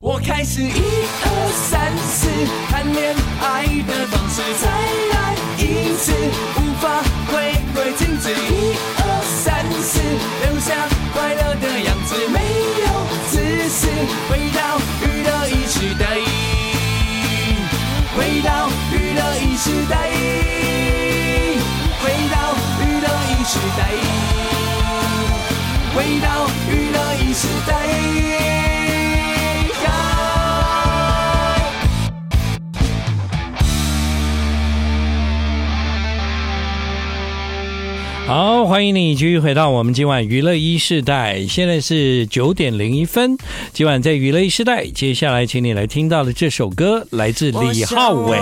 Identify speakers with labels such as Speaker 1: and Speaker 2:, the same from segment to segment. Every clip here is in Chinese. Speaker 1: 我开始一二三四谈恋爱的方式，再来一次，无法回归静止。一二三四，留下快乐的样子，没有自私，回到娱乐一时代，回到娱乐一时代，回到娱乐一时代，回到娱乐一时代。
Speaker 2: 好，欢迎你继续回到我们今晚娱乐一世代，现在是九点零一分。今晚在娱乐一世代，接下来请你来听到的这首歌来自李浩伟。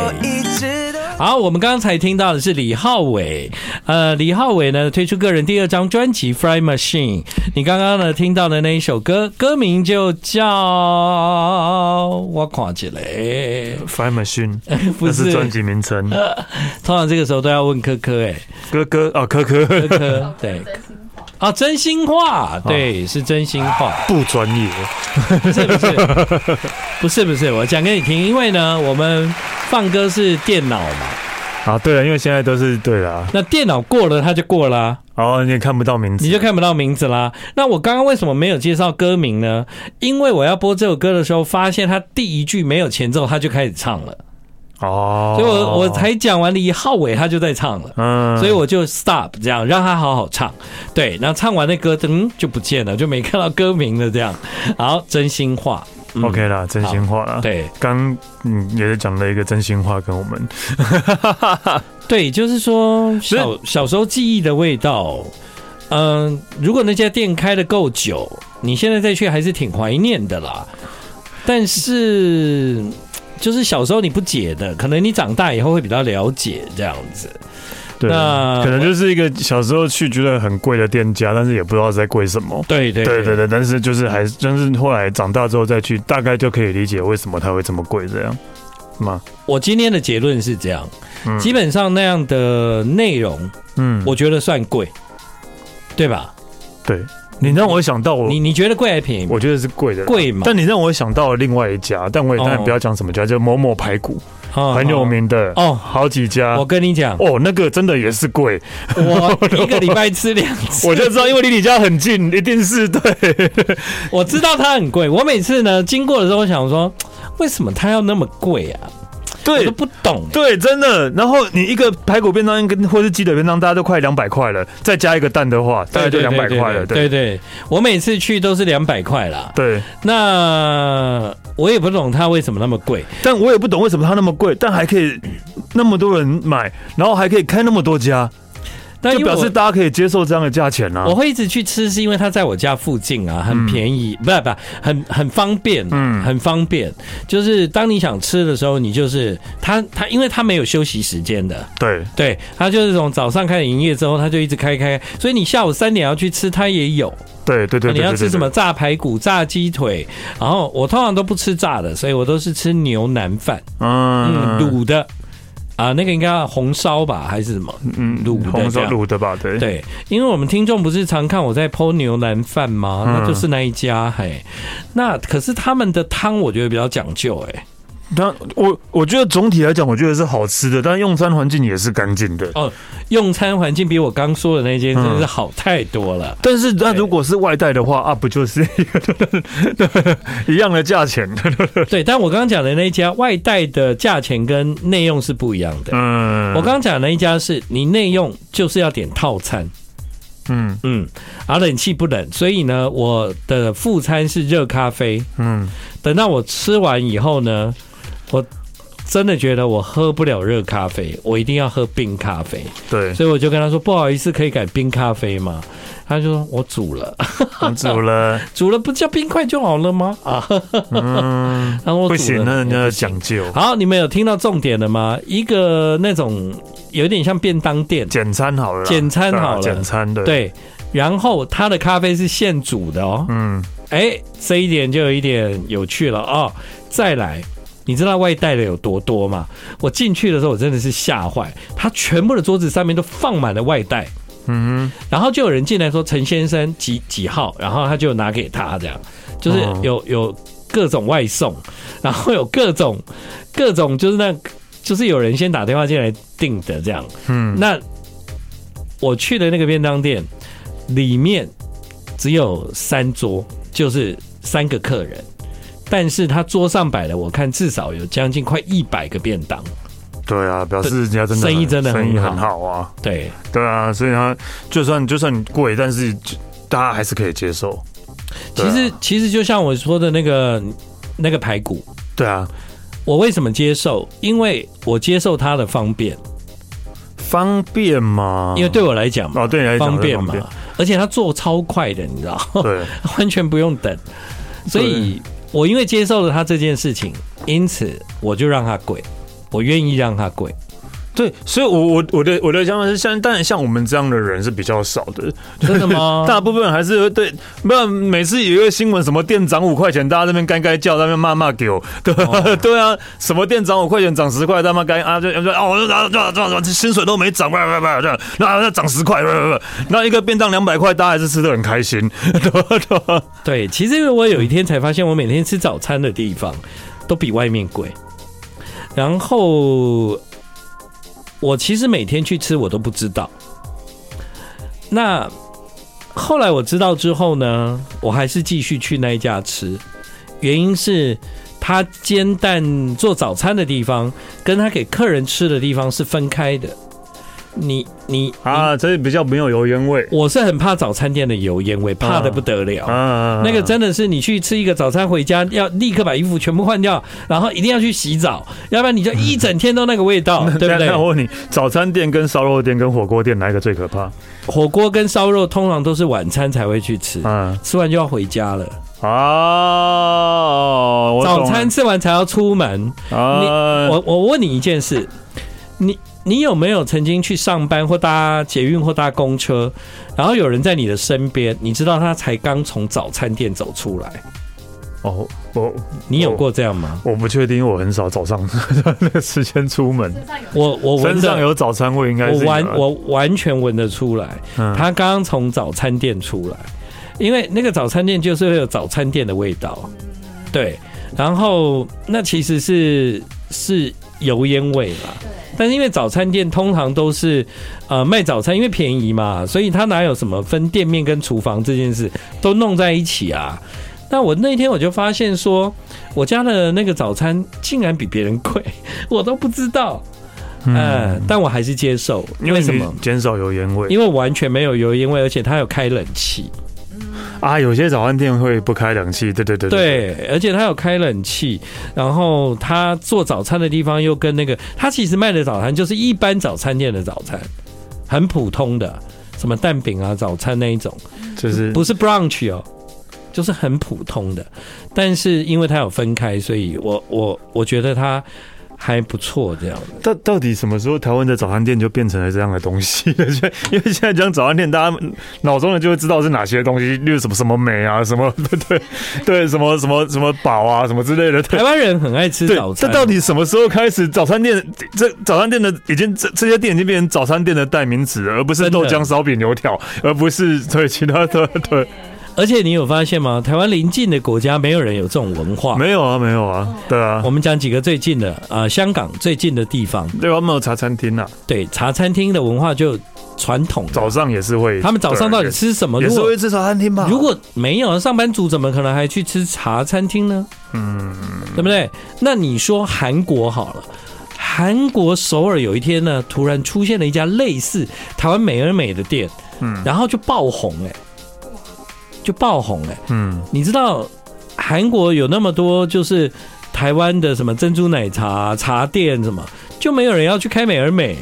Speaker 2: 好，我们刚才听到的是李浩伟，呃，李浩伟呢推出个人第二张专辑《Fry Machine》，你刚刚呢听到的那一首歌，歌名就叫我看起来，
Speaker 3: Fly Machine，
Speaker 2: 哎不
Speaker 3: 那
Speaker 2: 是
Speaker 3: 是专辑名称。
Speaker 2: 通常这个时候都要问科科、哎。
Speaker 3: 哥哥哦，科科
Speaker 2: 科科对。啊，真心话，对，是真心话，
Speaker 3: 不专业，
Speaker 2: 不是不是，不是不是，我讲给你听，因为呢，我们放歌是电脑嘛，
Speaker 3: 啊，对了，因为现在都是对啦，
Speaker 2: 那电脑过了它就过了啊、
Speaker 3: 哦，你也看不到名字，
Speaker 2: 你就看不到名字啦。那我刚刚为什么没有介绍歌名呢？因为我要播这首歌的时候，发现它第一句没有前奏，它就开始唱了，
Speaker 3: 哦，
Speaker 2: 所以我我才讲完李浩伟，他就在唱了。
Speaker 3: 嗯，
Speaker 2: 所以我就 stop 这样，让他好好唱。对，然后唱完那歌，嗯，就不见了，就没看到歌名了。这样，好，真心话。嗯
Speaker 3: OK 啦，真心话啦，，
Speaker 2: 对
Speaker 3: 刚嗯也是讲了一个真心话跟我们，
Speaker 2: 对，就是说小小时候记忆的味道。嗯、如果那家店开的够久，你现在再去还是挺怀念的啦。但是，就是小时候你不解的，可能你长大以后会比较了解这样子。
Speaker 3: 对，
Speaker 2: 那
Speaker 3: 可能就是一个小时候去觉得很贵的店家，但是也不知道在贵什么。
Speaker 2: 对对
Speaker 3: 对对对，但是就是还，但是后来长大之后再去，大概就可以理解为什么它会这么贵这样。嘛，
Speaker 2: 我今天的结论是这样，
Speaker 3: 嗯
Speaker 2: 基本上那样的内容
Speaker 3: 嗯，
Speaker 2: 我觉得算贵，对吧？
Speaker 3: 对你让我想到我，
Speaker 2: 你你觉得贵还便宜吗？
Speaker 3: 我觉得是贵的，
Speaker 2: 嗯贵嘛
Speaker 3: 但你让我想到了另外一家，但我也当然不要讲什么家，就某某排骨，
Speaker 2: 哦
Speaker 3: 很有。名的
Speaker 2: 哦
Speaker 3: 好几家
Speaker 2: 哦我。跟你 讲，
Speaker 3: 哦，那个真的也是贵，
Speaker 2: 我一个礼拜吃两次，
Speaker 3: 我就知道，因为离你家很近，一定 是对。
Speaker 2: 我知道它很贵。我每次呢经过的时候，我想说，为什么它要那么贵啊？我
Speaker 3: 对
Speaker 2: 都不懂。
Speaker 3: 对，真的。然后你一个排骨便当跟或是鸡腿便当，大家都快两百块了，再加一个蛋的话，大概就两百块了。
Speaker 2: 对
Speaker 3: 对
Speaker 2: 对，我每次去都是两百块啦。
Speaker 3: 对，
Speaker 2: 那我也不懂它为什么那么贵。
Speaker 3: 但我也不懂为什么它那么贵，但还可以那么多人买，然后还可以开那么多家，
Speaker 2: 那
Speaker 3: 就
Speaker 2: 因为
Speaker 3: 表
Speaker 2: 我
Speaker 3: 示大家可以接受这样的价钱啊
Speaker 2: 我。会一直去吃，是因为它在我家附近啊，很便宜，不不，很很方便，嗯，
Speaker 3: 嗯
Speaker 2: 很方便。就是当你想吃的时候，你就是它它，因为它没有休息时间的，
Speaker 3: 对，
Speaker 2: 对，它就是从早上开始营业之后，它就一直开开，开所以你下午三点要去吃，它也有。
Speaker 3: 对对对对
Speaker 2: 哦你
Speaker 3: 对。
Speaker 2: 要吃
Speaker 3: 对
Speaker 2: 什么？炸排骨、炸鸡腿，然后我通常都不吃炸的，所以我都是吃牛腩饭，嗯，
Speaker 3: 嗯，
Speaker 2: 卤的。啊，那个应该叫红烧吧，还是什么？
Speaker 3: 嗯
Speaker 2: 卤的
Speaker 3: 红
Speaker 2: 这
Speaker 3: 烧
Speaker 2: 样
Speaker 3: 卤的吧？对，
Speaker 2: 对，因为我们听众不是常看我在剖牛腩饭吗？
Speaker 3: 嗯
Speaker 2: 那就是那一家，嘿。那可是他们的汤，我觉得比较讲究、哎。
Speaker 3: 但我我觉得总体来讲，我觉得是好吃的，但用餐环境也是干净的。
Speaker 2: 哦，用餐环境比我刚说的那间真的
Speaker 3: 嗯
Speaker 2: 是好太多了。
Speaker 3: 但是那
Speaker 2: 对
Speaker 3: 如果是外带的话啊，不就是一样的价钱？
Speaker 2: 对，但我刚刚讲的那一家外带的价钱跟内用是不一样的。
Speaker 3: 嗯
Speaker 2: 我刚刚讲的那一家是你内用就是要点套餐，
Speaker 3: 嗯
Speaker 2: 嗯，啊冷气不冷，所以呢，我的副餐是热咖啡。
Speaker 3: 嗯，
Speaker 2: 等到我吃完以后呢，我真的觉得我喝不了热咖啡，我一定要喝冰咖啡，
Speaker 3: 对，
Speaker 2: 所以我就跟他说不好意思，可以改冰咖啡吗？他就说我煮了，
Speaker 3: 走了，
Speaker 2: 煮了不叫冰块就好了吗？ 啊，
Speaker 3: 嗯，
Speaker 2: 然后我煮
Speaker 3: 不
Speaker 2: 了
Speaker 3: 行，那人家要
Speaker 2: 不行
Speaker 3: 讲究。
Speaker 2: 好，你们有听到重点了吗？一个那种有点像便当店，
Speaker 3: 简餐好了啦，
Speaker 2: 简餐好了
Speaker 3: 对啊简餐的，，
Speaker 2: 对，然后它的咖啡是现煮的哦，
Speaker 3: 嗯，
Speaker 2: 哎，这一点就有一点有趣了哦。再来，你知道外带的有多多吗？我进去的时候，我真的是吓坏，他全部的桌子上面都放满了外带，
Speaker 3: 嗯
Speaker 2: 然后就有人进来说陈先生几几号，然后他就拿给他这样，就是
Speaker 3: 哦
Speaker 2: 有有各种外送，然后有各种各种就是那，就是有人先打电话进来订的这样。
Speaker 3: 嗯，
Speaker 2: 那我去的那个便当店里面只有三桌，就是三个客人，但是他桌上摆了，我看至少有将近快一百个便当。
Speaker 3: 对啊，表示人家真的
Speaker 2: 生意
Speaker 3: 很
Speaker 2: 真的很
Speaker 3: 生意很
Speaker 2: 好
Speaker 3: 好啊，
Speaker 2: 对，
Speaker 3: 对啊，所以他就算就算贵，但是就大家还是可以接受。
Speaker 2: 其
Speaker 3: 对啊
Speaker 2: 实其实就像我说的那个那个排骨，
Speaker 3: 对啊，
Speaker 2: 我为什么接受？因为我接受它的方便，
Speaker 3: 方便嘛，
Speaker 2: 因为对我来讲嘛，
Speaker 3: 啊哦对你来讲
Speaker 2: 方便
Speaker 3: 方便
Speaker 2: 嘛，而且它做超快的，你知道，
Speaker 3: 对
Speaker 2: 完全不用等。所以我因为接受了它这件事情，因此我就让它贵，我愿意让它贵。
Speaker 3: 对，所以我我我的我的想法是像，当然像我们这样的人是比较少的，
Speaker 2: 真的 吗
Speaker 3: 大部分还是会对，不然每次有一个新闻什么店涨五块钱，大家这边干干叫，在那边骂骂狗，对、啊对啊，什么店涨五块钱，涨十块，他妈干啊就就哦，这这这这薪水都没涨，不不不这样，那那涨十块，不不不，那一个便当两百块，大家还是吃的很开心，对啊对啊
Speaker 2: 对，其实我有一天才发现，我每天吃早餐的地方都比外面贵。然后我其实每天去吃，我都不知道。那后来我知道之后呢，我还是继续去那一家吃，原因是他煎蛋做早餐的地方跟他给客人吃的地方是分开的。你你啊，
Speaker 3: 啊，这比较没有油烟味
Speaker 2: 我是很怕早餐店的油烟味，怕的不得了。
Speaker 3: 啊，
Speaker 2: 那个真的是你去吃一个早餐回家，要立刻把衣服全部换掉，然后一定要去洗澡，要不然你就一整天都那个味道，对不
Speaker 3: 那
Speaker 2: 对
Speaker 3: 那？我问你，早餐店跟烧肉店跟火锅店哪一个最可怕？
Speaker 2: 火锅跟烧肉通常都是晚餐才会去吃，
Speaker 3: 嗯
Speaker 2: 吃完就要回家了。
Speaker 3: 啊，我懂
Speaker 2: 早
Speaker 3: 了
Speaker 2: 餐吃完才要出门。
Speaker 3: 啊，
Speaker 2: 我我问你一件事，你你有没有曾经去上班或搭捷运或搭公车，然后有人在你的身边，你知道他才刚从早餐店走出来，
Speaker 3: 哦，我
Speaker 2: 你有
Speaker 3: 我
Speaker 2: 过这样吗？
Speaker 3: 我不确定，因为我很少早上 那个时间出门，
Speaker 4: 身上有
Speaker 2: 我我闻
Speaker 3: 身
Speaker 2: 到
Speaker 3: 上有早餐味应该
Speaker 2: 我
Speaker 3: 是有啊
Speaker 2: 完
Speaker 3: 的
Speaker 2: 我完全闻得出来，
Speaker 3: 嗯
Speaker 2: 他刚刚从早餐店出来，因为那个早餐店就是会有早餐店的味道，对，然后那其实是是油烟味啦。
Speaker 4: 对，
Speaker 2: 但是因为早餐店通常都是，呃，卖早餐，因为便宜嘛，所以他哪有什么分店面跟厨房这件事都弄在一起啊？那我那天我就发现说，我家的那个早餐竟然比别人贵， 我都不知道。嗯、但我还是接受，因为什么
Speaker 3: 你？减少油烟味
Speaker 2: 因为完全没有油烟味，而且它有开冷气，
Speaker 3: 啊？有些早餐店会不开冷气，对对对，
Speaker 2: 对，而且它有开冷气，然后它做早餐的地方又跟那个，它其实卖的早餐就是一般早餐店的早餐，很普通的，什么蛋饼啊、早餐那一种，
Speaker 3: 就是
Speaker 2: 不是 brunch 哦，就是很普通的。但是因为它有分开，所以我我我觉得它还不错这样。
Speaker 3: 到到底什么时候台湾的早餐店就变成了这样的东西 了？现在因为现在讲早餐店，大家脑中的就会知道是哪些东西，例如什么什么美啊，什么 对对对，什么什么什么宝啊，什么之类的。对
Speaker 2: 台湾人很爱吃
Speaker 3: 对
Speaker 2: 早，
Speaker 3: 这
Speaker 2: 餐，
Speaker 3: 到底什么时候开始？早餐店这早餐店的已经这这些店已经变成早餐店的代名词了，而不是
Speaker 2: 真的
Speaker 3: 豆浆、烧饼、油条，而不是对其他的对。
Speaker 2: 而且你有发现吗？台湾邻近的国家没有人有这种文化。
Speaker 3: 没有啊，没有啊，对啊
Speaker 2: 我，们讲几个最近的啊、呃香港最近的地方，
Speaker 3: 对啊，没有茶餐厅啊，
Speaker 2: 对茶餐厅的文化就传统的，
Speaker 3: 早上也是会，
Speaker 2: 他们早上到底吃什么？
Speaker 3: 对也
Speaker 2: 如
Speaker 3: 是啊
Speaker 2: 果
Speaker 3: 会吃早餐厅吧？
Speaker 2: 如果没有上班族，怎么可能还去吃茶餐厅呢？嗯，对不对？那你说韩国好了。韩国首尔有一天呢，突然出现了一家类似台湾美而美的店，嗯，然后就爆红哎、就爆红哎、
Speaker 3: 嗯。
Speaker 2: 你知道韩国有那么多就是台湾的什么珍珠奶茶茶店什么，就没有人要去开美而美，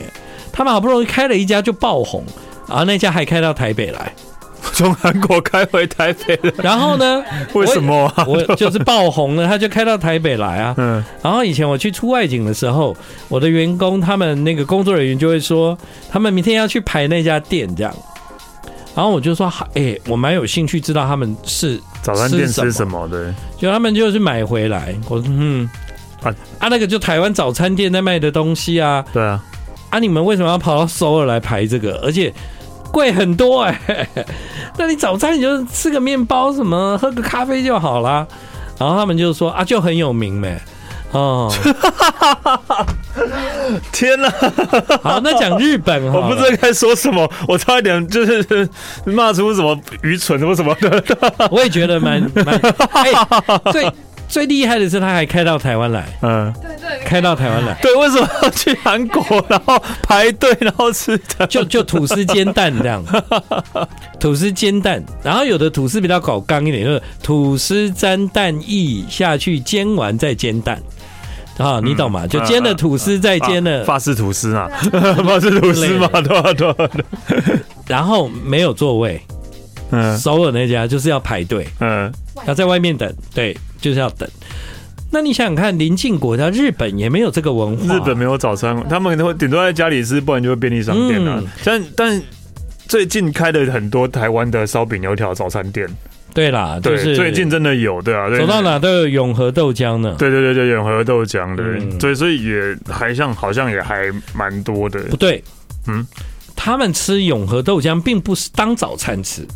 Speaker 2: 他们好不容易开了一家就爆红，然后那家还开到台北来，
Speaker 3: 从韩国开回台北了，
Speaker 2: 然后呢，
Speaker 3: 为什么啊？
Speaker 2: 我就是爆红了，他就开到台北来啊。
Speaker 3: 嗯，
Speaker 2: 然后以前我去出外景的时候，我的员工他们那个工作人员就会说，他们明天要去排那家店这样。然后我就说，哈哎、我蛮有兴趣知道他们是
Speaker 3: 早餐店吃什么的？
Speaker 2: 就他们就是买回来，我说嗯，啊
Speaker 3: 啊
Speaker 2: 啊那个就台湾早餐店在卖的东西啊，
Speaker 3: 对啊，
Speaker 2: 啊你们为什么要跑到首尔来排这个？而且贵很多欸 哎、那你早餐你就吃个面包什么，喝个咖啡就好啦。然后他们就说啊，就很有名呗。哦，
Speaker 3: 天哪、
Speaker 2: 好，那讲日本好了，
Speaker 3: 我不知道该说什么，我差一点就是骂出什么愚蠢什么什么的。
Speaker 2: 我也觉得蛮蛮，哎，最最厉害的是他还开到台湾来，
Speaker 3: 嗯，
Speaker 4: 对对，
Speaker 2: 开到台湾来，
Speaker 3: 对，为什么要去韩国，然后排队，然后吃的？
Speaker 2: 就就吐司煎蛋这样， 吐司煎蛋，然后有的吐司比较搞刚一点，就是吐司沾蛋液下去煎完再煎蛋，啊，
Speaker 3: 嗯
Speaker 2: 你懂吗？就煎了吐司再煎了，
Speaker 3: 法式吐司啊， 法式吐司嘛，对吧？对啊吧？对吧
Speaker 2: 然后没有座位，
Speaker 3: 嗯
Speaker 2: 首尔那家就是要排队，
Speaker 3: 嗯，
Speaker 2: 要在外面等，对，就是要等。那你想想看，邻近国家日本也没有这个文化，
Speaker 3: 日本没有早餐，他们会顶多在家里吃，不然就会便利商店啊
Speaker 2: 嗯。
Speaker 3: 但但最近开了很多台湾的烧饼、油条早餐店，
Speaker 2: 对啦，就
Speaker 3: 对，
Speaker 2: 是
Speaker 3: 最近真的有，对啊，对
Speaker 2: 走到哪都有永和豆浆呢。
Speaker 3: 对对对对，永和豆浆的，
Speaker 2: 嗯
Speaker 3: 对，所以也还像好像也还蛮多的
Speaker 2: 不对，
Speaker 3: 嗯，
Speaker 2: 他们吃永和豆浆并不是当早餐 吃，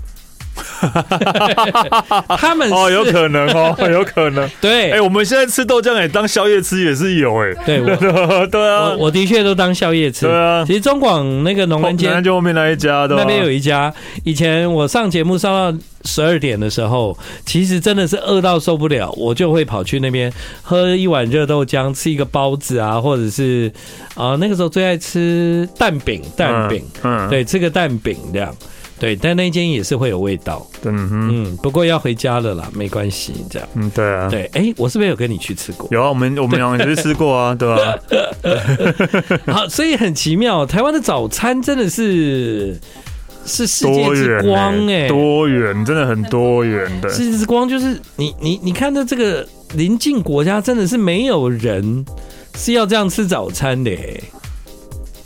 Speaker 2: 他们是
Speaker 3: 哦，有可能哦，有可能。
Speaker 2: 对，
Speaker 3: 哎、我们现在吃豆浆也当宵夜吃也是有哎、
Speaker 2: 对我
Speaker 3: 对啊
Speaker 2: 我，我的确都当宵夜吃。
Speaker 3: 对啊
Speaker 2: 其实中广那个农安街
Speaker 3: 南哦就后面那一家的、哦
Speaker 2: 那边有一家，以前我上节目上到十二点的时候，其实真的是饿到受不了，我就会跑去那边喝一碗热豆浆，吃一个包子啊，或者是啊、那个时候最爱吃蛋饼，蛋饼，，
Speaker 3: 嗯，
Speaker 2: 对，吃个蛋饼这样。对，但那间也是会有味道，
Speaker 3: 嗯哼，
Speaker 2: 嗯，不过要回家了啦，没关系，这样。
Speaker 3: 嗯，对啊，
Speaker 2: 对，哎，我是不是有跟你去吃过？
Speaker 3: 有啊，我们我们两个也去吃过啊，对啊，
Speaker 2: 好，所以很奇妙，台湾的早餐真的是是 世界
Speaker 3: 多
Speaker 2: 之
Speaker 3: 元、
Speaker 2: 光哎、
Speaker 3: 欸，多元，真的很多元的，
Speaker 2: 世界之光就是你你你看到这个邻近国家真的是没有人是要这样吃早餐的、欸，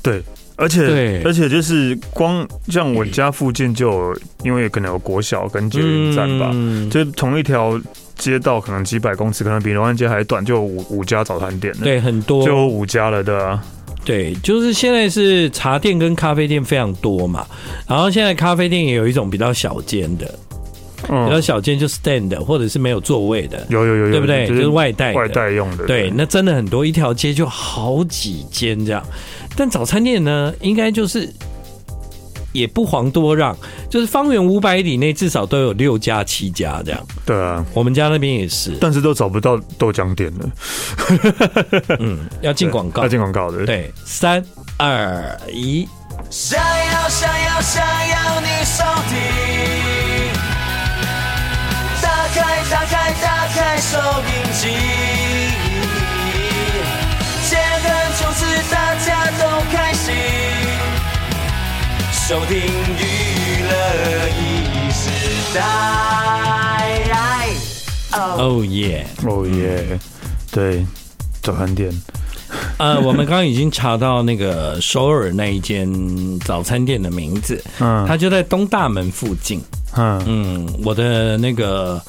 Speaker 3: 对。而
Speaker 2: 对
Speaker 3: 且而且就是光像我家附近就有，因为可能有国小跟捷运站吧，
Speaker 2: 嗯
Speaker 3: 就同一条街道，可能几百公尺，可能比龙安街还短，就有五五家早餐店了，，
Speaker 2: 对，很多
Speaker 3: 就有五家了的、啊。
Speaker 2: 对，就是现在是茶店跟咖啡店非常多嘛，然后现在咖啡店也有一种比较小间的，比较
Speaker 3: 嗯，
Speaker 2: 小间就 stand 的，或者是没有座位的，
Speaker 3: 有有有有，
Speaker 2: 对不对？就是外带的
Speaker 3: 外带用的，
Speaker 2: 对，那真的很多，一条街就好几间这样。但早餐店呢，应该就是也不遑多让，就是方圆五百里内至少都有六家七家这样。
Speaker 3: 对啊。
Speaker 2: 我们家那边也是，
Speaker 3: 但是都找不到豆浆店了，
Speaker 2: 嗯，要进广告
Speaker 3: 要。进广告的。，
Speaker 2: 对，三二一，
Speaker 1: 想要想要想要你收听，打开打开打开收音机，简单从此大家都开心，收听娱乐一时代。哦，
Speaker 2: 哦耶！
Speaker 3: 哦耶，对，早餐店，
Speaker 2: 呃，我们刚刚已经查到那个首尔那一间早餐店的名字，
Speaker 3: 嗯
Speaker 2: 它就在东大门附近。
Speaker 3: 嗯
Speaker 2: 嗯，我的那个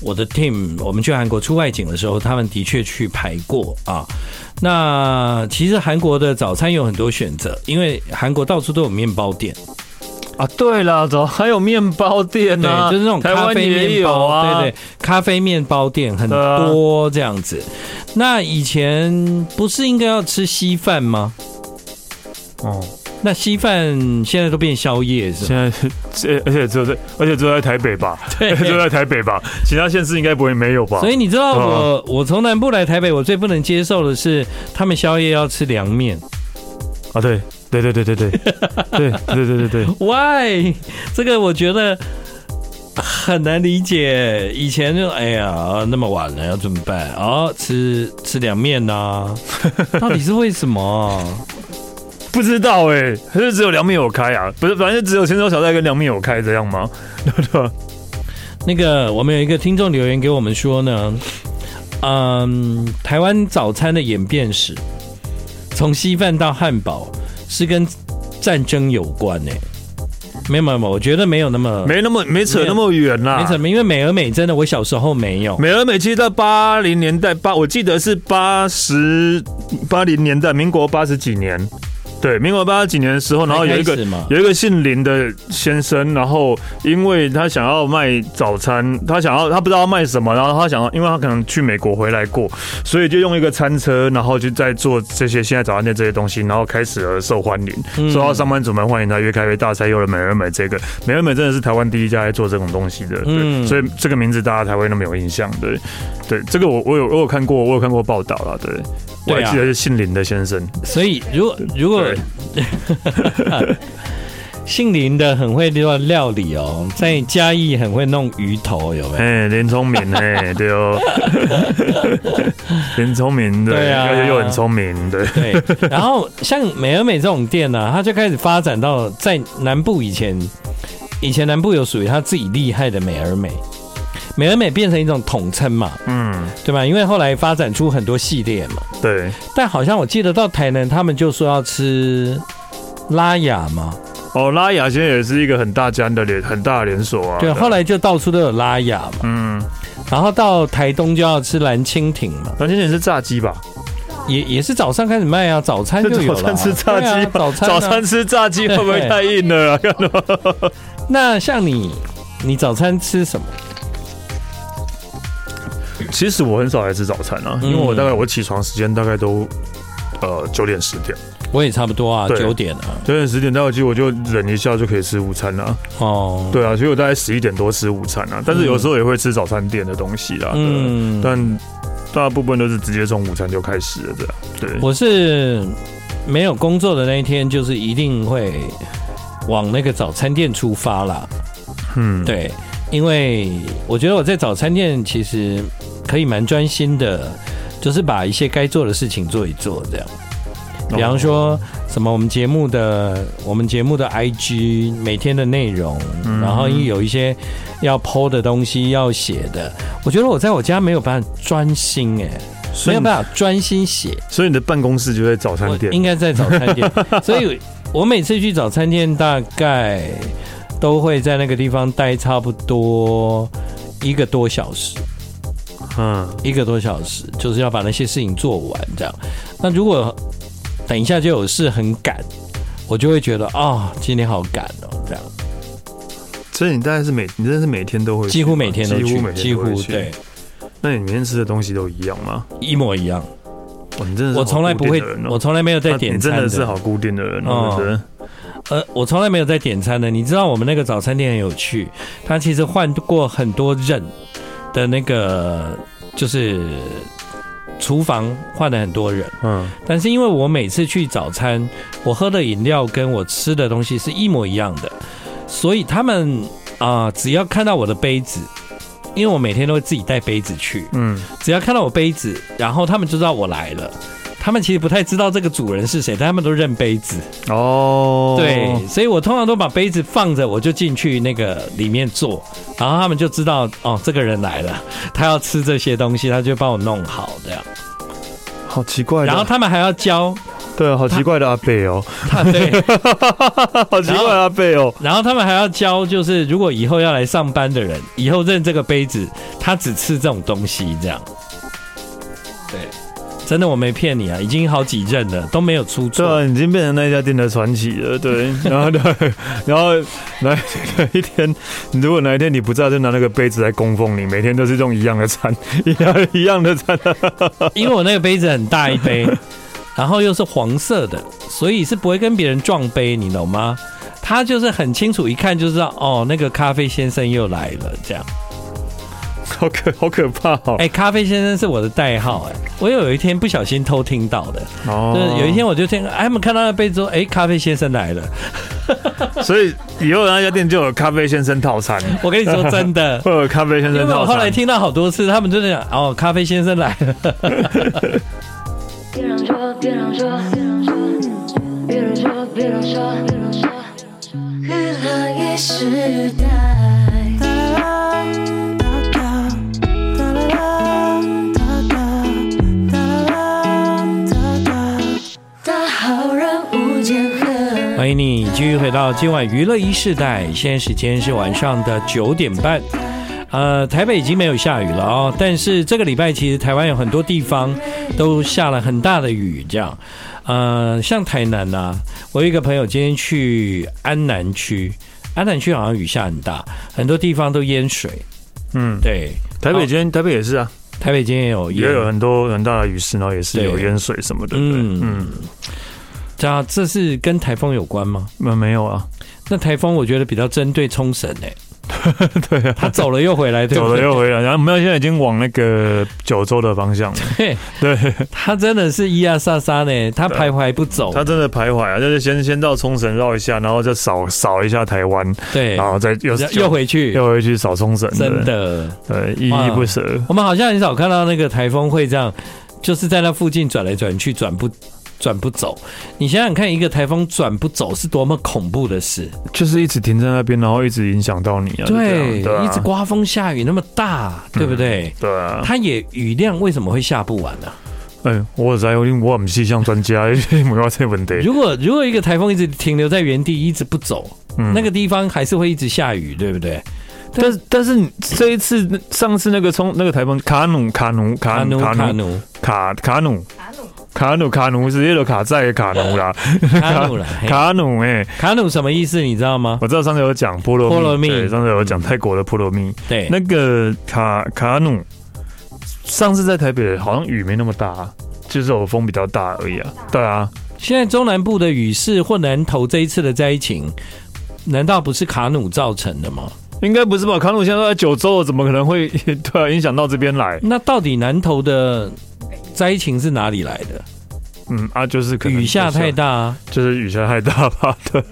Speaker 2: 我的 team，我们去韩国出外景的时候，他们的确去排过啊。那其实韩国的早餐有很多选择，因为韩国到处都有面包店，
Speaker 3: 啊，对了，早还有面包店
Speaker 2: 对，
Speaker 3: 呢，
Speaker 2: 就是那种
Speaker 3: 台
Speaker 2: 咖
Speaker 3: 湾
Speaker 2: 啡
Speaker 3: 也
Speaker 2: 面
Speaker 3: 有
Speaker 2: 包，
Speaker 3: 啊，
Speaker 2: 对对，咖啡面包店很
Speaker 3: 对啊
Speaker 2: 多这样子。那以前不是应该要吃稀饭吗？
Speaker 3: 对，哦，
Speaker 2: 那稀饭现在都变宵夜是吗？
Speaker 3: 现在是这而且只有在，而且只有在台北吧，
Speaker 2: 对
Speaker 3: 只有在台北吧，其他县市应该不会没有吧？
Speaker 2: 所以你知道
Speaker 3: 哦
Speaker 2: 我我从南部来台北，我最不能接受的是他们宵夜要吃凉面。
Speaker 3: 啊，对对对对对 对对对对对对，
Speaker 2: Why？这 个我觉得很难理解。以前就哎呀，那么晚了要怎么办？哦，吃吃凉面 呐、到底是为什么？
Speaker 3: 不知道哎、欸，还是只有凉面有开啊？不是，反正就只有泉州小菜跟凉面有开这样吗？对吧？
Speaker 2: 那个，我们有一个听众留言给我们说呢，嗯，台湾早餐的演变史，从稀饭到汉堡，是跟战争有关呢、没有没有，没有我觉得没有那么
Speaker 3: 没啊那么没扯那么远啦、
Speaker 2: 嗯没什么，因为美而美真的，我小时候没有。
Speaker 3: 美而美其实在八零年代八，我记得是八十八零年代，民国八十几年，对，民国八几年的时候，然后有一个
Speaker 2: 才开始嘛
Speaker 3: 有一个姓林的先生，然后因为他想要卖早餐，他想要他不知道要卖什么，然后他想要，因为他可能去美国回来过，所以就用一个餐车，然后就在做这些现在早餐店这些东西，然后开始而受欢迎，受到上班族们欢迎，他越开越大，才有了美而美这个美而美真的是台湾第一家在做这种东西的，对，
Speaker 2: 嗯
Speaker 3: 所以这个名字大家才会那么有印象，对，对，这个我我有我有看过，我有看过报道了，对，我还
Speaker 2: 对啊
Speaker 3: 记得是姓林的先生，
Speaker 2: 所以如果如果
Speaker 3: 对。
Speaker 2: 姓林的很会料料理哦，在嘉义很会弄鱼头，有没有？
Speaker 3: 哎，林聪明，哎，对哦， 林聪明，对，
Speaker 2: 对啊
Speaker 3: 而且又很聪明，对，
Speaker 2: 对，然后像美而美这种店呢、它就开始发展到在南部以前，以前南部有属于它自己厉害的美而美，美而美变成一种统称嘛，
Speaker 3: 嗯，
Speaker 2: 对吧？因为后来发展出很多系列嘛，
Speaker 3: 对，
Speaker 2: 但好像我记得到台南，他们就说要吃拉雅嘛，
Speaker 3: 哦，拉雅现在也是一个很大家的连很大的连锁啊，
Speaker 2: 对，后来就到处都有拉雅嘛，
Speaker 3: 嗯，
Speaker 2: 然后到台东就要吃蓝蜻蜓嘛，
Speaker 3: 蓝天也是炸鸡吧？
Speaker 2: 也也是早上开始卖啊，早餐就有
Speaker 3: 早
Speaker 2: 了 啊、
Speaker 3: 餐吃炸
Speaker 2: 对
Speaker 3: 鸡
Speaker 2: 啊
Speaker 3: 吧，
Speaker 2: 早餐啊、
Speaker 3: 早餐吃炸鸡会不会太硬了啊？看 到吗
Speaker 2: 那像你，你早餐吃什么？
Speaker 3: 其实我很少来吃早餐啊，因为我
Speaker 2: 嗯
Speaker 3: 大概我起床时间大概都。呃，九点十点，
Speaker 2: 我也差不多啊，
Speaker 3: 对
Speaker 2: 九点啊。
Speaker 3: 九点十点，待会其实我就忍一下就可以吃午餐了、
Speaker 2: 哦，
Speaker 3: 对啊，所以我大概十一点多吃午餐啊，但是有时候也会吃早餐店的东西啦。嗯，
Speaker 2: 嗯，
Speaker 3: 但大部分都是直接从午餐就开始了，这样。对，
Speaker 2: 我是没有工作的那一天，就是一定会往那个早餐店出发啦。
Speaker 3: 嗯，
Speaker 2: 对，因为我觉得我在早餐店其实可以蛮专心的，就是把一些该做的事情做一做，这样。
Speaker 3: 哦
Speaker 2: 比方说什么我们节目的我们节目的 IG 每天的内容，
Speaker 3: 嗯
Speaker 2: 然后有一些要 PO 的东西要写的，我觉得我在我家没有办法专心哎、
Speaker 3: 所
Speaker 2: 没
Speaker 3: 以
Speaker 2: 有办法专心写，
Speaker 3: 所以你的办公室就在早餐
Speaker 2: 我
Speaker 3: 店
Speaker 2: 应。该在早餐店， 所以我每次去早餐店大概都会在那个地方待差不多一个多小时，
Speaker 3: 嗯，
Speaker 2: 一个多小时就是要把那些事情做完这样。那如果等一下就有事很赶，我就会觉得啊、今天好赶哦，这样
Speaker 3: 所以你大概是每你真的是每天都会去吗，
Speaker 2: 几乎每天都
Speaker 3: 几乎
Speaker 2: 去
Speaker 3: 每，
Speaker 2: 几
Speaker 3: 天都
Speaker 2: 乎
Speaker 3: 会去。
Speaker 2: 对，
Speaker 3: 那你每天吃的东西都一样吗？
Speaker 2: 一模一样。
Speaker 3: 哇，你真的是
Speaker 2: 我从来不会
Speaker 3: 好固定的人，哦
Speaker 2: 我从来没有在
Speaker 3: 那
Speaker 2: 点
Speaker 3: 你真
Speaker 2: 餐
Speaker 3: 的是好固定的人哦，
Speaker 2: 哦
Speaker 3: 真的
Speaker 2: 呃，我从来没有在点餐的。你知道我们那个早餐店很有趣，它其实换过很多任的那个，就是厨房换了很多人。
Speaker 3: 嗯
Speaker 2: 但是因为我每次去早餐，我喝的饮料跟我吃的东西是一模一样的，所以他们啊、只要看到我的杯子，因为我每天都会自己带杯子去，
Speaker 3: 嗯，
Speaker 2: 只要看到我杯子，然后他们就知道我来了。他们其实不太知道这个主人是谁，但他们都认杯子。
Speaker 3: 哦，
Speaker 2: 对，所以我通常都把杯子放着，我就进去那个里面坐，然后他们就知道哦，这个人来了，他要吃这些东西，他就帮我弄好这样。
Speaker 3: 好奇怪的，
Speaker 2: 然后他们还要教
Speaker 3: 对啊，好奇怪的阿贝哦，
Speaker 2: 他对，
Speaker 3: 好奇怪的阿贝哦，
Speaker 2: 然后他们还要教，就是如果以后要来上班的人，以后认这个杯子，他只吃这种东西这样。对，真的我没骗你啊，已经好几任了都没有出
Speaker 3: 对
Speaker 2: 错。
Speaker 3: 啊，已经变成那家店的传奇了。对，然后对，然后哪哪一天，如果哪一天你不在，就拿那个杯子来供奉你，每天都是用一样的餐，一样一样的餐。
Speaker 2: 因为我那个杯子很大一杯， 然后又是黄色的，所以是不会跟别人撞杯，你懂吗？他就是很清楚，一看就知道哦，那个咖啡先生又来了，这样。
Speaker 3: 好可好可怕哦！
Speaker 2: 哎、咖啡先生是我的代号、哎，我有一天不小心偷听到的，
Speaker 3: 哦
Speaker 2: 就是有一天我就听，哎，他们看到那杯子说，哎、咖啡先生来了。
Speaker 3: 所以以后那家店就有咖啡先生套餐，，
Speaker 2: 我跟你说真的
Speaker 3: 会有咖啡先
Speaker 2: 因为
Speaker 3: 生
Speaker 2: 我
Speaker 3: 套
Speaker 2: 后来
Speaker 3: 餐。
Speaker 2: 听到好多次，他们真的讲，哦，咖啡先生来了。
Speaker 4: 别让说，别让说，别让说，别让说，别让说，别让说，娱乐一时代。大好人无间恨。
Speaker 2: 欢迎你继续回到今晚娱乐一世代，现在时间是晚上的九点半。呃，台北已经没有下雨了哦，但是这个礼拜其实台湾有很多地方都下了很大的雨，这样。呃，像台南呐、我有一个朋友今天去安南区，安南区好像雨下很大，很多地方都淹水。
Speaker 3: 嗯，
Speaker 2: 对，
Speaker 3: 台北
Speaker 2: 哦
Speaker 3: 今天台北也是啊，
Speaker 2: 台北今天也有淹
Speaker 3: 也有很多很大的雨势，然后也是
Speaker 2: 对
Speaker 3: 有淹水什么的。嗯
Speaker 2: 嗯嗯
Speaker 3: 嗯，，
Speaker 2: 这样这是跟台风有关吗？
Speaker 3: 那没有啊，
Speaker 2: 那台风我觉得比较针对冲绳 诶、对、他走了又回来，对不
Speaker 3: 啊走了
Speaker 2: 对
Speaker 3: 又回来，然后我们现在已经往那个九州的方向了。
Speaker 2: 嘿，
Speaker 3: 对，
Speaker 2: 他真的是咿呀沙沙呢，他徘徊不走，
Speaker 3: 他真的徘徊啊，就是先先到冲绳绕一下，然后再扫扫一下台湾，
Speaker 2: 对，
Speaker 3: 然后再又
Speaker 2: 哎又又回去，
Speaker 3: 又回去扫冲绳，
Speaker 2: 真的，
Speaker 3: 对，依依不舍。
Speaker 2: 我们好像很少看到那个台风会这样，就是在那附近转来转去，转不转不走。你想想看，一个台风转不走是多么恐怖的事，
Speaker 3: 就是一直停在那边，然后一直影响到你啊，就这样
Speaker 2: 对，
Speaker 3: 对啊，
Speaker 2: 一直刮风下雨那么大，对不对？
Speaker 3: 对啊，
Speaker 2: 它也雨量为什么会下不完呢、
Speaker 3: 哎，我在，因为我唔是像专家，因为我这问题，
Speaker 2: 如果如果一个台风一直停留在原地，一直不走，
Speaker 3: 嗯
Speaker 2: 那个地方还是会一直下雨，对不对？
Speaker 3: 但是但是这一次上次那个冲那个台风卡努卡努
Speaker 2: 卡
Speaker 3: 卡
Speaker 2: 努
Speaker 3: 努卡
Speaker 2: 卡
Speaker 3: 努
Speaker 2: 努
Speaker 3: 卡卡努卡努卡努直接就卡在卡努啦，
Speaker 2: 卡 努了，嘿
Speaker 3: 卡努哎、
Speaker 2: 卡努什么意思？你知道吗？
Speaker 3: 我知道上次有讲菠萝嗯
Speaker 2: 菠萝蜜
Speaker 3: 对，上次有讲泰国的菠萝蜜，
Speaker 2: 对，
Speaker 3: 那个卡卡努，上次在台北好像雨没那么大、就是有风比较大而已啊，对啊，
Speaker 2: 现在中南部的雨势或南投这一次的灾情，难道不是卡努造成的吗？
Speaker 3: 应该不是吧？卡努现在都在九州了，怎么可能会 对啊影响到这边来？
Speaker 2: 那到底南投的灾情是哪里来的？
Speaker 3: 嗯啊，就是可能
Speaker 2: 雨下太，大、啊，
Speaker 3: 就是雨下太大吧？对，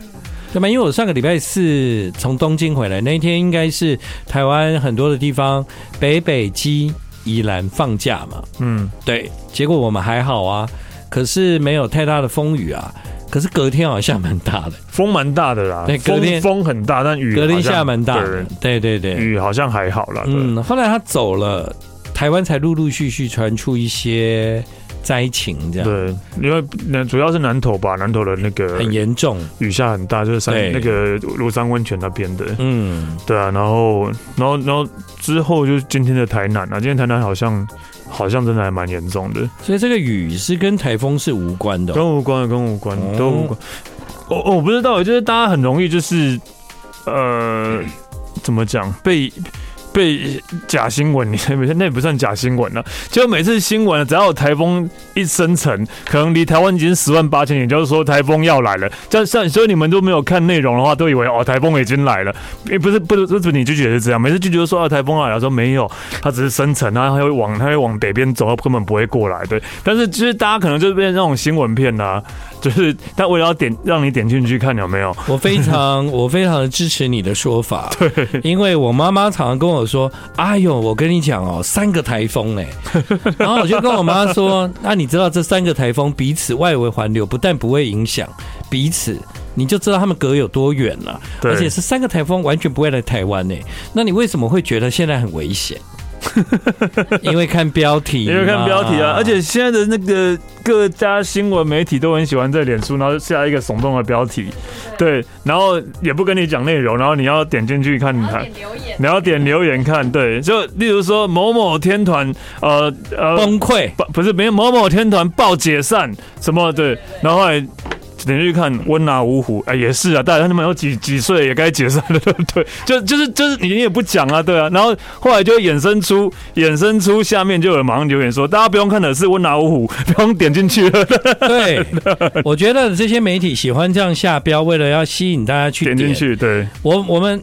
Speaker 2: 对吗？因为我上个礼拜四从东京回来，那一天应该是台湾很多的地方，北北基、宜兰放假嘛。
Speaker 3: 嗯，
Speaker 2: 对，结果我们还好啊，可是没有太大的风雨啊。可是隔天好像蛮大的，
Speaker 3: 风蛮大的啦，
Speaker 2: 对隔
Speaker 3: 风
Speaker 2: 天
Speaker 3: 风很大，但雨
Speaker 2: 隔天
Speaker 3: 好像
Speaker 2: 下蛮大的
Speaker 3: 对，
Speaker 2: 对对对，
Speaker 3: 雨好像还好啦。对，
Speaker 2: 嗯，后来他走了，台湾才陆陆续续传出一些灾情，这样
Speaker 3: 对，因为那主要是南投吧，南投的那个
Speaker 2: 很严重，
Speaker 3: 雨下很大，就是山
Speaker 2: 对
Speaker 3: 那个庐山温泉那边的，
Speaker 2: 嗯，
Speaker 3: 对啊，然后，然后，然后之后就是今天的台南啊，今天台南好像好像真的还蛮严重的，
Speaker 2: 所以这个雨是跟台风是无关的哦、
Speaker 3: 跟无关的，跟无关
Speaker 2: 哦
Speaker 3: 都无关。我、我不知道，就是大家很容易就是呃，怎么讲被。被假新闻，你 那也不算假新闻了、就每次新闻只要有台风一生成，可能离台湾已经十万八千里，就是说台风要来了。这像所以你们都没有看内容的话，都以为哦台风已经来了。也不是不是不是你拒绝是这样，每次拒绝说啊台风来了，说没有，它只是生成，它它会往它会往北边走，它根本不会过来。对，但是就是大家可能就是变成那种新闻片啊啦、就是他为了要点让你点进去看有没有，
Speaker 2: 我非常 我非常的支持你的说法，对，因为我妈妈常常跟我说：“哎呦，我跟你讲哦，三个台 风哎。”然后我就跟我妈说：“那你知道这三个台风彼此外围环流，不但不会影响彼此。”你就知道他们隔有多远了，
Speaker 3: 对
Speaker 2: 而且是三个台风完全不会来台湾呢、那你为什么会觉得现在很危 险？因为看标题嘛，
Speaker 3: 因为看标题啊，而且现在的那个各家新闻媒体都很喜欢在脸书，然后下一个耸动的标题，对，然后也不跟你讲内容，然后你要点进去看它。
Speaker 5: 留言。
Speaker 3: 你要点留言看，对，就例如说某某天团，呃呃，
Speaker 2: 崩溃，
Speaker 3: 不不是没有某某天团报解散什么对，然后后来点进去看温拿五虎，哎、也是啊，大家他们有几几岁也该解散了，对不对？ 就就是就是你也不讲啊，对啊，然后后来就衍生出衍生出下面就有人马上留言说，大家不用看的是温拿五虎， 不用点进去了，
Speaker 2: 对，我觉得这些媒体喜欢这样下标，为了要吸引大家去
Speaker 3: 点进去，对，
Speaker 2: 我我们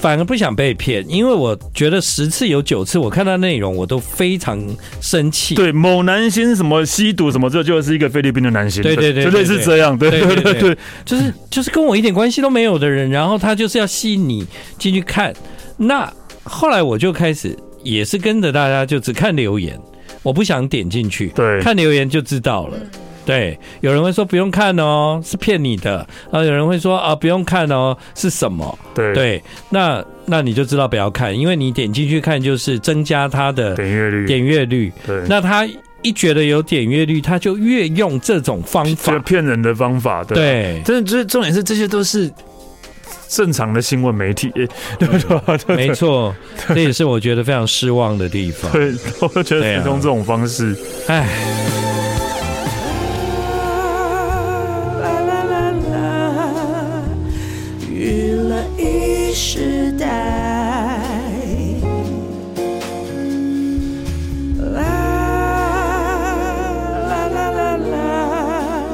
Speaker 2: 反而不想被骗，因为我觉得十次有九次我看到内容我都非常生气。
Speaker 3: 对，某男星什么吸毒什么，这就是一个菲律宾的男星，
Speaker 2: 对对对
Speaker 3: 就类似
Speaker 2: 对对
Speaker 3: 这样，对
Speaker 2: 对
Speaker 3: 对
Speaker 2: 对
Speaker 3: 对
Speaker 2: 对
Speaker 3: 对，
Speaker 2: 就是就是跟我一点关系都没有的人，然后他就是要吸引你进去看。那后来我就开始也是跟着大家就只看留言，我不想点进去，
Speaker 3: 对
Speaker 2: 看留言就知道了。对，有人会说不用看哦，是骗你的；啊，有人会说啊不用看哦，是什么？
Speaker 3: 对
Speaker 2: 对，那那你就知道不要看，因为你点进去看就是增加它的
Speaker 3: 点阅率，
Speaker 2: 点阅率。
Speaker 3: 对，
Speaker 2: 那他一觉得有点阅率，他就越用这种方
Speaker 3: 这
Speaker 2: 法。
Speaker 3: 个骗人的方法，对啊。
Speaker 2: 对，
Speaker 3: 真的，就是重点是这些都是正常的新闻媒体，欸对吧？对
Speaker 2: 没错，这也是我觉得非常失望的地方。
Speaker 3: 对，我
Speaker 2: 对
Speaker 3: 觉得
Speaker 2: 啊
Speaker 3: 是用这种方式，
Speaker 2: 哎，
Speaker 1: 啦啦啦啦，娱乐一时代。啦啦啦啦啦，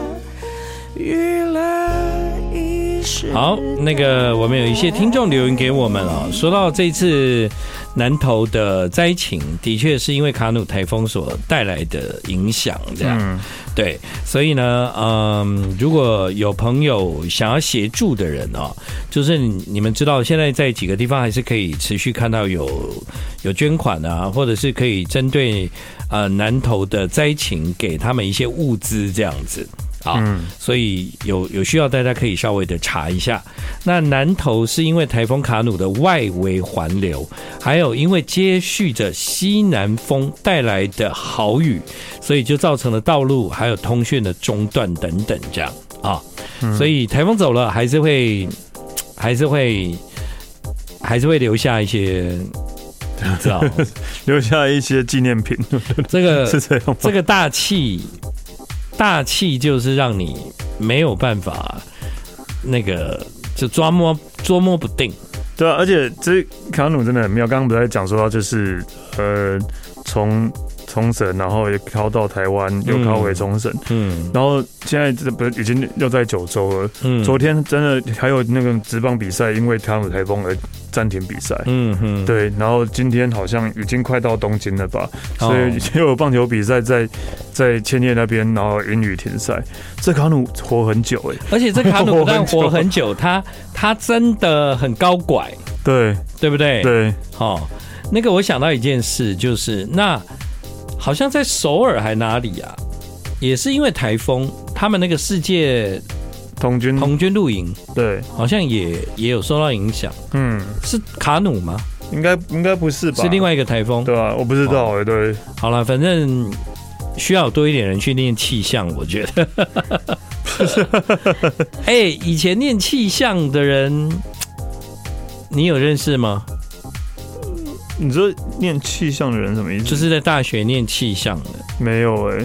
Speaker 1: 娱乐一时代。
Speaker 2: 好，那个我们有一些听众留言给我们啊、说到这次南投的灾情，的确是因为卡努台风所带来的影响，这样、
Speaker 3: 嗯，
Speaker 2: 对，所以呢，嗯，如果有朋友想要协助的人哦，就是你你们知道，现在在几个地方还是可以持续看到有有捐款啊，或者是可以针对呃南投的灾情给他们一些物资这样子啊。所以有有需要，大家可以稍微的查一下。那南投是因为台风卡努的外围环流，还有因为接续着西南风带来的豪雨，所以就造成了道路还有通讯的中断等等这样啊。所以台风走了，还是会，还是会，还是会留下一些，你知道
Speaker 3: 留下一些纪念品，
Speaker 2: 这 个
Speaker 3: 是这样吗？
Speaker 2: 这个大气，大气就是让你没有办法那个就捉摸捉摸不定。
Speaker 3: 对啊，而且这卡努真的很妙。刚刚不是在讲说到就是呃，从冲绳，然后也靠到台湾，又靠回冲绳，
Speaker 2: 嗯
Speaker 3: 然后现在这不是已经又在九州了。
Speaker 2: 嗯
Speaker 3: 昨天真的还有那个职棒比赛，因为卡努台风而暂停比赛。
Speaker 2: 嗯嗯，
Speaker 3: 对，然后今天好像已经快到东京了吧，所以
Speaker 2: 哦
Speaker 3: 又有棒球比赛在在千叶那边，然后英语停赛。这卡努活很久哎、
Speaker 2: 而且这卡努不但
Speaker 3: 活
Speaker 2: 活
Speaker 3: 很久
Speaker 2: 很久，他他真的很高拐，
Speaker 3: 对
Speaker 2: 对不对？
Speaker 3: 对，
Speaker 2: 哦，那个我想到一件事，就是那好像在首尔还哪里啊，也是因为台风，他们那个世界
Speaker 3: 童军
Speaker 2: 童军露营
Speaker 3: 对，
Speaker 2: 好像也也有受到影响，
Speaker 3: 嗯，
Speaker 2: 是卡努吗？
Speaker 3: 应该应该不是吧？
Speaker 2: 是另外一哦个台风。
Speaker 3: 对啊，我不知道哎、对，
Speaker 2: 好了，反正需要多一点人去念气象，我觉得。 哎、以前念气象的人，你有认识吗？
Speaker 3: 你说念气象的人什么意思？
Speaker 2: 就是在大学念气象的
Speaker 3: 没有哎、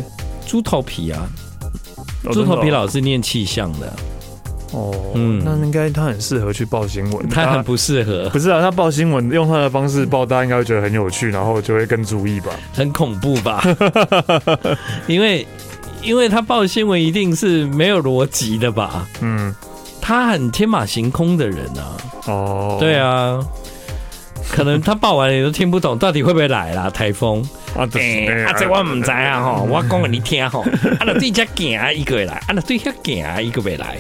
Speaker 2: 猪头皮啊，
Speaker 3: 哦
Speaker 2: 猪头皮
Speaker 3: 真的
Speaker 2: 老师念气象的，
Speaker 3: 哦，哦
Speaker 2: 嗯
Speaker 3: 那应该他很适合去报新闻，
Speaker 2: 他很不适合，
Speaker 3: 不是啊，他报新闻用他的方式报，大家应该会觉得很有趣，然后就会更注意吧。
Speaker 2: 很恐怖 吧？因为因为他报新闻一定是没有逻辑的吧？
Speaker 3: 嗯，
Speaker 2: 他很天马行空的人啊。
Speaker 3: 哦，
Speaker 2: 对，啊，可能他报完了你都听不懂，到底会不会来 啦？台风？
Speaker 3: 啊，就是
Speaker 2: 哎、
Speaker 3: 哎
Speaker 2: 啊，这我唔知啊吼，我讲给你听 吼，啊，就对这行啊一个会来，啊，就对遐行啊一个会来，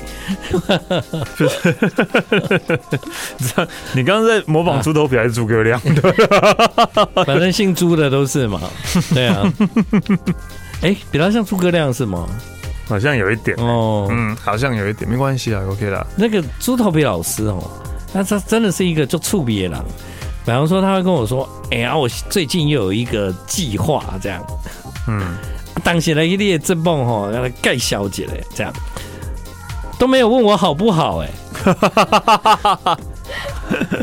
Speaker 3: 你刚刚在模仿猪头皮还是诸葛亮？
Speaker 2: 啊反正姓朱的都是 嘛，对啊。哎、比较像诸葛亮是吗？
Speaker 3: 好像有一点，
Speaker 2: 哦，
Speaker 3: 嗯，好像有一点，没关系啦，OK 啦。
Speaker 2: 那个猪头皮老师哦，那他真的是一个就触鼻的狼。比方说，他会跟我说：“哎、呀、我最近又有一个计划，这样。”
Speaker 3: 嗯，
Speaker 2: 当时的一列这梦吼，让他盖小姐嘞，这样都没有问我好不好哎、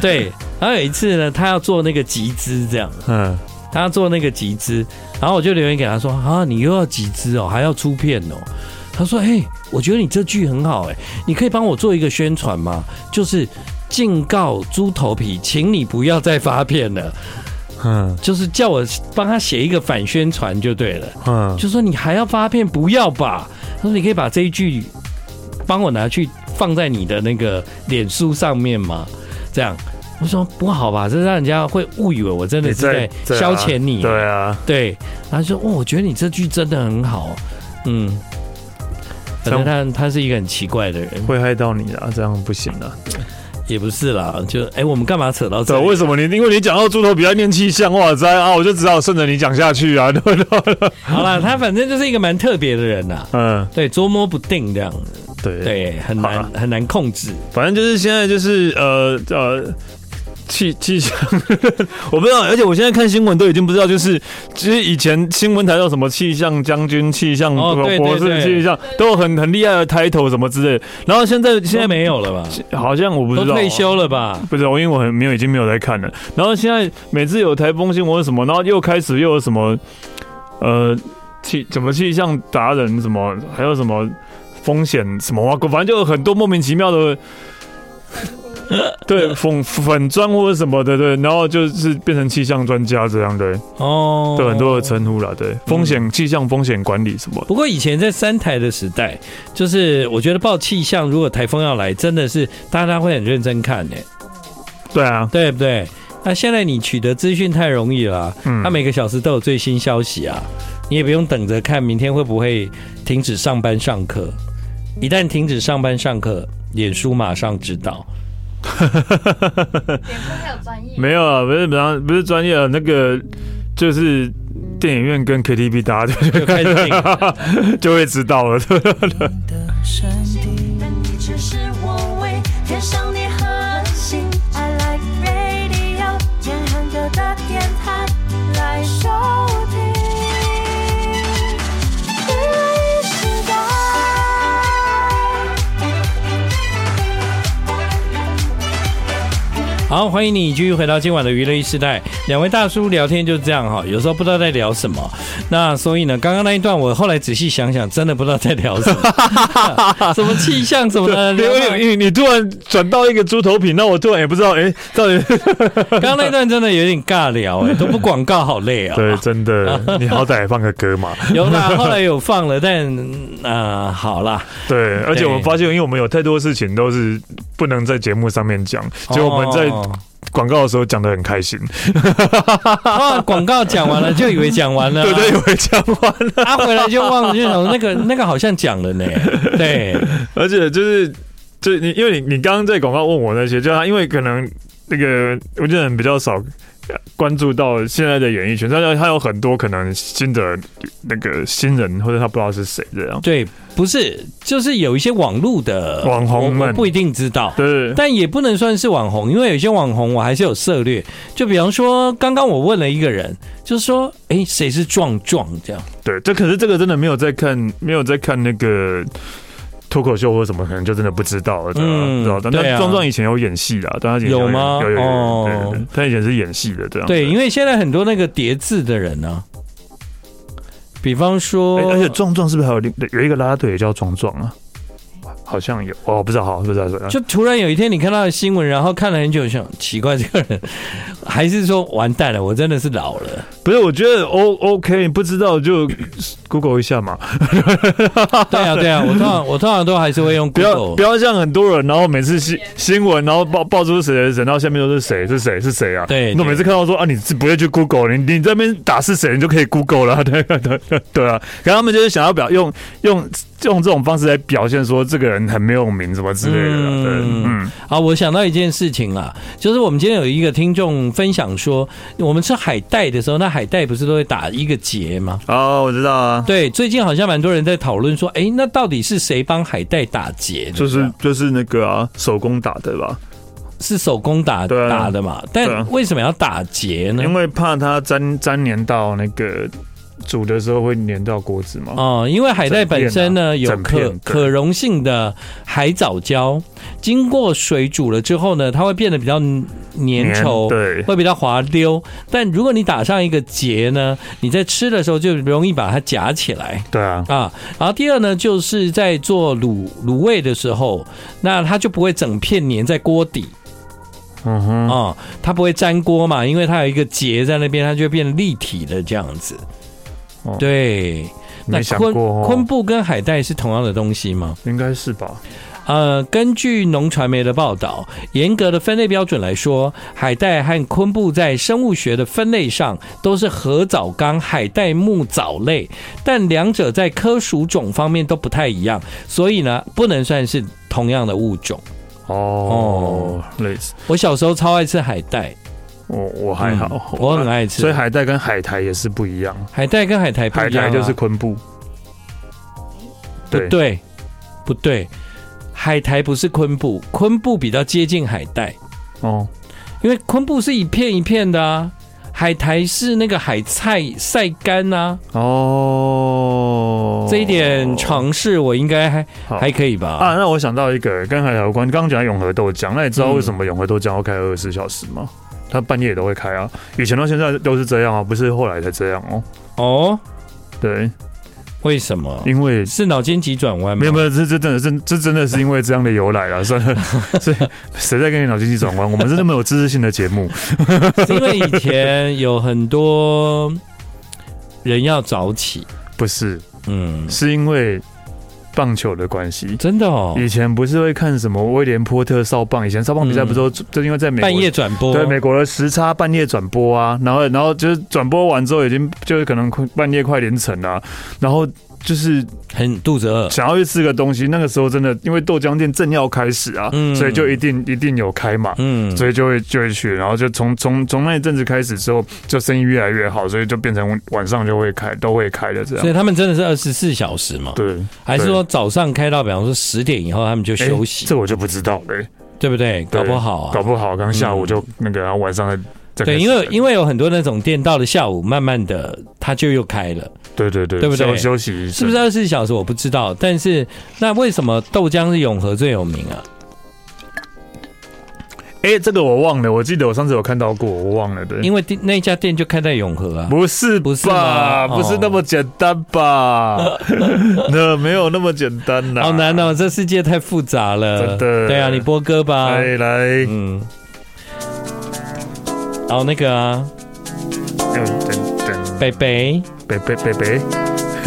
Speaker 2: 对，然后有一次呢，他要做那个集资，这样，
Speaker 3: 嗯，
Speaker 2: 他要做那个集资，然后我就留言给他说啊，你又要集资哦，还要出片哦。他说：“嘿，我觉得你这句很好，哎，你可以帮我做一个宣传吗？就是警告猪头皮，请你不要再发片了，
Speaker 3: 嗯
Speaker 2: 就是叫我帮他写一个反宣传就对了。”
Speaker 3: 嗯，
Speaker 2: 就说你还要发片，不要吧？他说你可以把这一句帮我拿去放在你的那个脸书上面吗？这样我说不好吧，这让人家会误以为我真的是在
Speaker 3: 对啊
Speaker 2: 消遣你。
Speaker 3: 对啊，
Speaker 2: 对，然后说哦，我觉得你这句真的很好，嗯。反正他他是一个很奇怪的人，
Speaker 3: 会害到你啊啦，这样不行啦。
Speaker 2: 也不是啦，就哎、我们干嘛扯到这
Speaker 3: 对，
Speaker 2: 里？
Speaker 3: 为什么你？因为你讲到猪头皮要念气象，哇塞啊，我就只好顺着你讲下去啊，对 不对？
Speaker 2: 好啦，他反正就是一个蛮特别的人呐，
Speaker 3: 嗯，
Speaker 2: 对，捉摸不定这样子，
Speaker 3: 对，
Speaker 2: 对，很
Speaker 3: 好
Speaker 2: 难
Speaker 3: 啦
Speaker 2: 很难控制。
Speaker 3: 反正就是现在就是呃呃。气气象， 我不知道，而且我现在看新闻都已经不知道，就是其实以前新闻台到什么气象将军、气象
Speaker 2: 哦对对
Speaker 3: 博
Speaker 2: 对
Speaker 3: 士、气象都有很很厉害的 title 什么之类的，然后现在现
Speaker 2: 现在
Speaker 3: 在
Speaker 2: 没有了吧？
Speaker 3: 好像我不知
Speaker 2: 都
Speaker 3: 道啊
Speaker 2: 退休了 吧？
Speaker 3: 不知道，因为我很没有，已经没有在看了。然后现在每次有台风新闻什么，然后又开始又有什么，呃，气什么气象达人什么，还有什么风险什么啊，反正就有很多莫名其妙的，对粉粉砖或者什么的，对，然后就是变成气象专家这样，对，
Speaker 2: 哦，
Speaker 3: 对，很多的称呼了，对，风险气象风险管理什么的，
Speaker 2: 不过以前在三台的时代，就是我觉得报气象，如果台风要来，真的是大家会很认真看诶，
Speaker 3: 对啊，
Speaker 2: 对不对？那现在你取得资讯太容易了、啊
Speaker 3: 嗯
Speaker 2: 他每个小时都有最新消息啊，你也不用等着看明天会不会停止上班上课。一旦停止上班上课，脸书马上知道。
Speaker 5: 脸书还有专业，
Speaker 3: 没有啊，不是不是不是专业的那个，就是电影院跟 KTV 搭的。
Speaker 2: 就开始定了
Speaker 3: 就会知道了。对
Speaker 1: 的山地，
Speaker 4: 但你却是我为天上你恒星。I like radio，天汉哥的电台来收听。娱乐一时代，
Speaker 2: 好，欢迎你继续回到今晚的娱乐一时代。两位大叔聊天就这样哈，有时候不知道在聊什么。那所以呢，刚刚那一段我后来仔细想想，真的不知道在聊什 么，什么气象什么的。
Speaker 3: 因
Speaker 2: 聊到
Speaker 3: 为你你突然转到一个猪头品，那我突然也不知道，哎、 到底
Speaker 2: 刚刚那段真的有点尬聊哎、都不广告好累啊。
Speaker 3: 对，真 的，你好歹也放个歌嘛。
Speaker 2: 有啦，后来有放了，但啊、呃好啦，
Speaker 3: 对，而且我们发现，因为我们有太多事情都是不能在节目上面讲，结果我们在
Speaker 2: 哦
Speaker 3: 广告的时候讲的很开心，
Speaker 2: 啊广告讲完了就以为讲完了啊、
Speaker 3: 对对，以为讲完了，
Speaker 2: 啊回来就忘了，就想说那个那个好像讲 了呢，对，
Speaker 3: 而且就是就你，因为你你刚刚在广告问我那些，就他因为可能那个我觉得人比较少。关注到现在的演艺圈，但是他有很多可能新的那个新人，或者他不知道是谁这样。
Speaker 2: 对，不是，就是有一些网络的
Speaker 3: 网红
Speaker 2: 我我
Speaker 3: 们
Speaker 2: 不一定知道，
Speaker 3: 对，
Speaker 2: 但也不能算是网红，因为有些网红我还是有涉略。就比方说，刚刚我问了一个人，就是说，哎、谁是壮壮这样？
Speaker 3: 对，这可是这个真的没有在看，没有在看那个脱口秀或什么，可能就真的不知道了。
Speaker 2: 嗯
Speaker 3: 嗯，知道。但
Speaker 2: 对啊
Speaker 3: 他壮壮以前有演戏啦，但他以前
Speaker 2: 有吗
Speaker 3: 有有有有，
Speaker 2: 哦
Speaker 3: 对对对他以前是演戏的，这样。
Speaker 2: 对，因为现在很多那个叠字的人呢、比方说，
Speaker 3: 哎而且壮壮是不是还有另有一个啦啦队也叫壮壮啊？好像有，哦，不知道，好，不知道，不知道
Speaker 2: 就突然有一天你看到的新闻，然后看了很久，想奇怪这个人， 还是说完蛋了，我真的是老了。
Speaker 3: 不是，我觉得 O OK，不知道就 Google 一下 嘛，
Speaker 2: 对啊，对啊，我通常我通常都还是会用
Speaker 3: 不要
Speaker 2: Google
Speaker 3: 不。要像很多人，然后每次新新闻，然后爆爆出谁谁谁，然后下面都是谁是谁是谁啊？
Speaker 2: 对
Speaker 3: 那
Speaker 2: 对
Speaker 3: 每次看到说啊，你是不会去 Google，你你这边打是谁，你就可以 Google 了， 对对对对啊。然后他们就是想要表用用用这种方式来表现说这个人很没有名什么之类的啊，对，
Speaker 2: 嗯
Speaker 3: 嗯，
Speaker 2: 啊，我想到一件事情啦，就是我们今天有一个听众分享说，我们吃海带的时候，那海带不是都会打一个结吗？
Speaker 3: 哦，我知道啊，
Speaker 2: 对，最近好像蛮多人在讨论说，哎，那到底是谁帮海带打结的？
Speaker 3: 就是就是那个啊，手工打的吧，
Speaker 2: 是手工打
Speaker 3: 对啊
Speaker 2: 打的嘛？但为什么要打结呢
Speaker 3: 因？为怕它粘粘黏到那个煮的时候会黏到锅子嘛。
Speaker 2: 哦，因为海带本身呢、有
Speaker 3: 整片
Speaker 2: 可
Speaker 3: 对
Speaker 2: 可溶性的海藻胶，经过水煮了之后呢，它会变得比较粘稠，
Speaker 3: 对，
Speaker 2: 会比较滑溜。但如果你打上一个结呢，你在吃的时候就容易把它夹起来
Speaker 3: 对啊，
Speaker 2: 啊。然后第二呢，就是在做卤卤味的时候，那它就不会整片粘在锅底
Speaker 3: 嗯哼，
Speaker 2: 啊、它不会粘锅嘛，因为它有一个结在那边，它就会变立体的这样子
Speaker 3: 哦。
Speaker 2: 对，
Speaker 3: 没想
Speaker 2: 昆
Speaker 3: 过哦
Speaker 2: 昆布跟海带是同样的东西吗？
Speaker 3: 应该是吧。
Speaker 2: 呃，根据农传媒的报道，严格的分类标准来说，海带和昆布在生物学的分类上都是合藻纲海带目藻类，但两者在科属种方面都不太一样，所以呢，不能算是同样的物种。
Speaker 3: 哦，类似，
Speaker 2: 我小时候超爱吃海带，
Speaker 3: 我我还哎好，
Speaker 2: 嗯我很爱吃
Speaker 3: 所以海带跟海苔也是不一样，
Speaker 2: 海带跟海苔不
Speaker 3: 海
Speaker 2: 一样、啊，
Speaker 3: 苔就是昆布，
Speaker 2: 不对，不对，海苔不是昆布，昆布比较接近海带。
Speaker 3: 哦，
Speaker 2: 因因为昆布是一片一片的啊，海苔是那个海菜晒干啊，
Speaker 3: 哦，
Speaker 2: 这一点尝试我应该还
Speaker 3: 好
Speaker 2: 还可以吧？
Speaker 3: 啊，那我想到一个跟海苔有关，刚刚讲永和豆浆，那你知道为什么永和豆浆要开二十四小时吗？它半夜也都会开啊，以前到现在都是这样啊，不是后来才这样哦。
Speaker 2: 哦，
Speaker 3: 对，
Speaker 2: 为什么？
Speaker 3: 因为
Speaker 2: 是脑筋急转弯吗？
Speaker 3: 没有没有，这这真的是这真的是因为这样的由来了， 算了，所以谁在跟你脑筋急转弯？我们真的没有知识性的节目，
Speaker 2: 嗯 是因为以前有很多人要早起，
Speaker 3: 不是，
Speaker 2: 嗯，
Speaker 3: 是因为棒球的关系。
Speaker 2: 真的哦，
Speaker 3: 以前不是会看什么威廉波特少棒？以前少棒比赛不是都就因为在美国
Speaker 2: 嗯半夜转播，
Speaker 3: 对美国的时差半夜转播啊，然后然后就是转播完之后已经就是可能快半夜快凌晨了、然后就是
Speaker 2: 很肚子饿，
Speaker 3: 想要去吃个东西，那个时候真的因为豆浆店正要开始啊，
Speaker 2: 嗯
Speaker 3: 所以就一定一定有开嘛。
Speaker 2: 嗯，
Speaker 3: 所以就会就会去，然后就从从从那一阵子开始之后，就生意越来越好，所以就变成晚上就会开，都会开的这
Speaker 2: 所
Speaker 3: 样。
Speaker 2: 以他们真的是二十四小时嘛？
Speaker 3: 啊对，
Speaker 2: 还是说早上开到，比方说十点以后，他们就
Speaker 3: 诶
Speaker 2: 休息，
Speaker 3: 这我就不知道了、
Speaker 2: 对不对？
Speaker 3: 对
Speaker 2: 搞不好啊，
Speaker 3: 搞不好刚下午就那个，然啊后晚上再 再开
Speaker 2: 对，
Speaker 3: 始
Speaker 2: 因为
Speaker 3: 开
Speaker 2: 因为有很多那种店到了下午，慢慢的它就又开了，
Speaker 3: 对对对，
Speaker 2: 对不对
Speaker 3: 稍休息一
Speaker 2: 是不是
Speaker 3: 阵？
Speaker 2: 二十四小时我不知道，但是那为什么豆浆是永和最有名啊？
Speaker 3: 哎、这个我忘了，我记得我上次有看到过，我忘了。对，
Speaker 2: 因为第那家店就开在永和啊，
Speaker 3: 不是
Speaker 2: 不是吗
Speaker 3: 吧？
Speaker 2: 哦
Speaker 3: 不是那么简单吧？ 那没有那么简单呐、
Speaker 2: 好难哦，这世界太复杂了，
Speaker 3: 啊真的哎
Speaker 2: 对啊，你播歌吧，
Speaker 3: 来来，
Speaker 2: 嗯，然后那个啊，
Speaker 3: 噔噔噔，
Speaker 2: 北北
Speaker 3: 北北北北，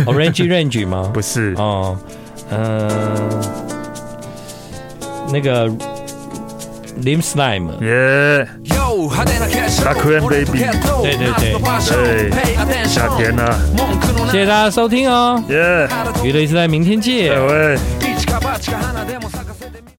Speaker 2: Orange Range 吗？
Speaker 3: 不是，
Speaker 2: 哦，嗯、那个 Lim Slime，
Speaker 3: 耶、
Speaker 1: Yo，还在那看
Speaker 3: 大 Korean baby
Speaker 2: 对对对
Speaker 3: 对夏天啊，
Speaker 2: 谢谢大家收听哦，
Speaker 3: 耶、
Speaker 2: 娱乐一直在明天见。
Speaker 3: 各位。
Speaker 1: 家。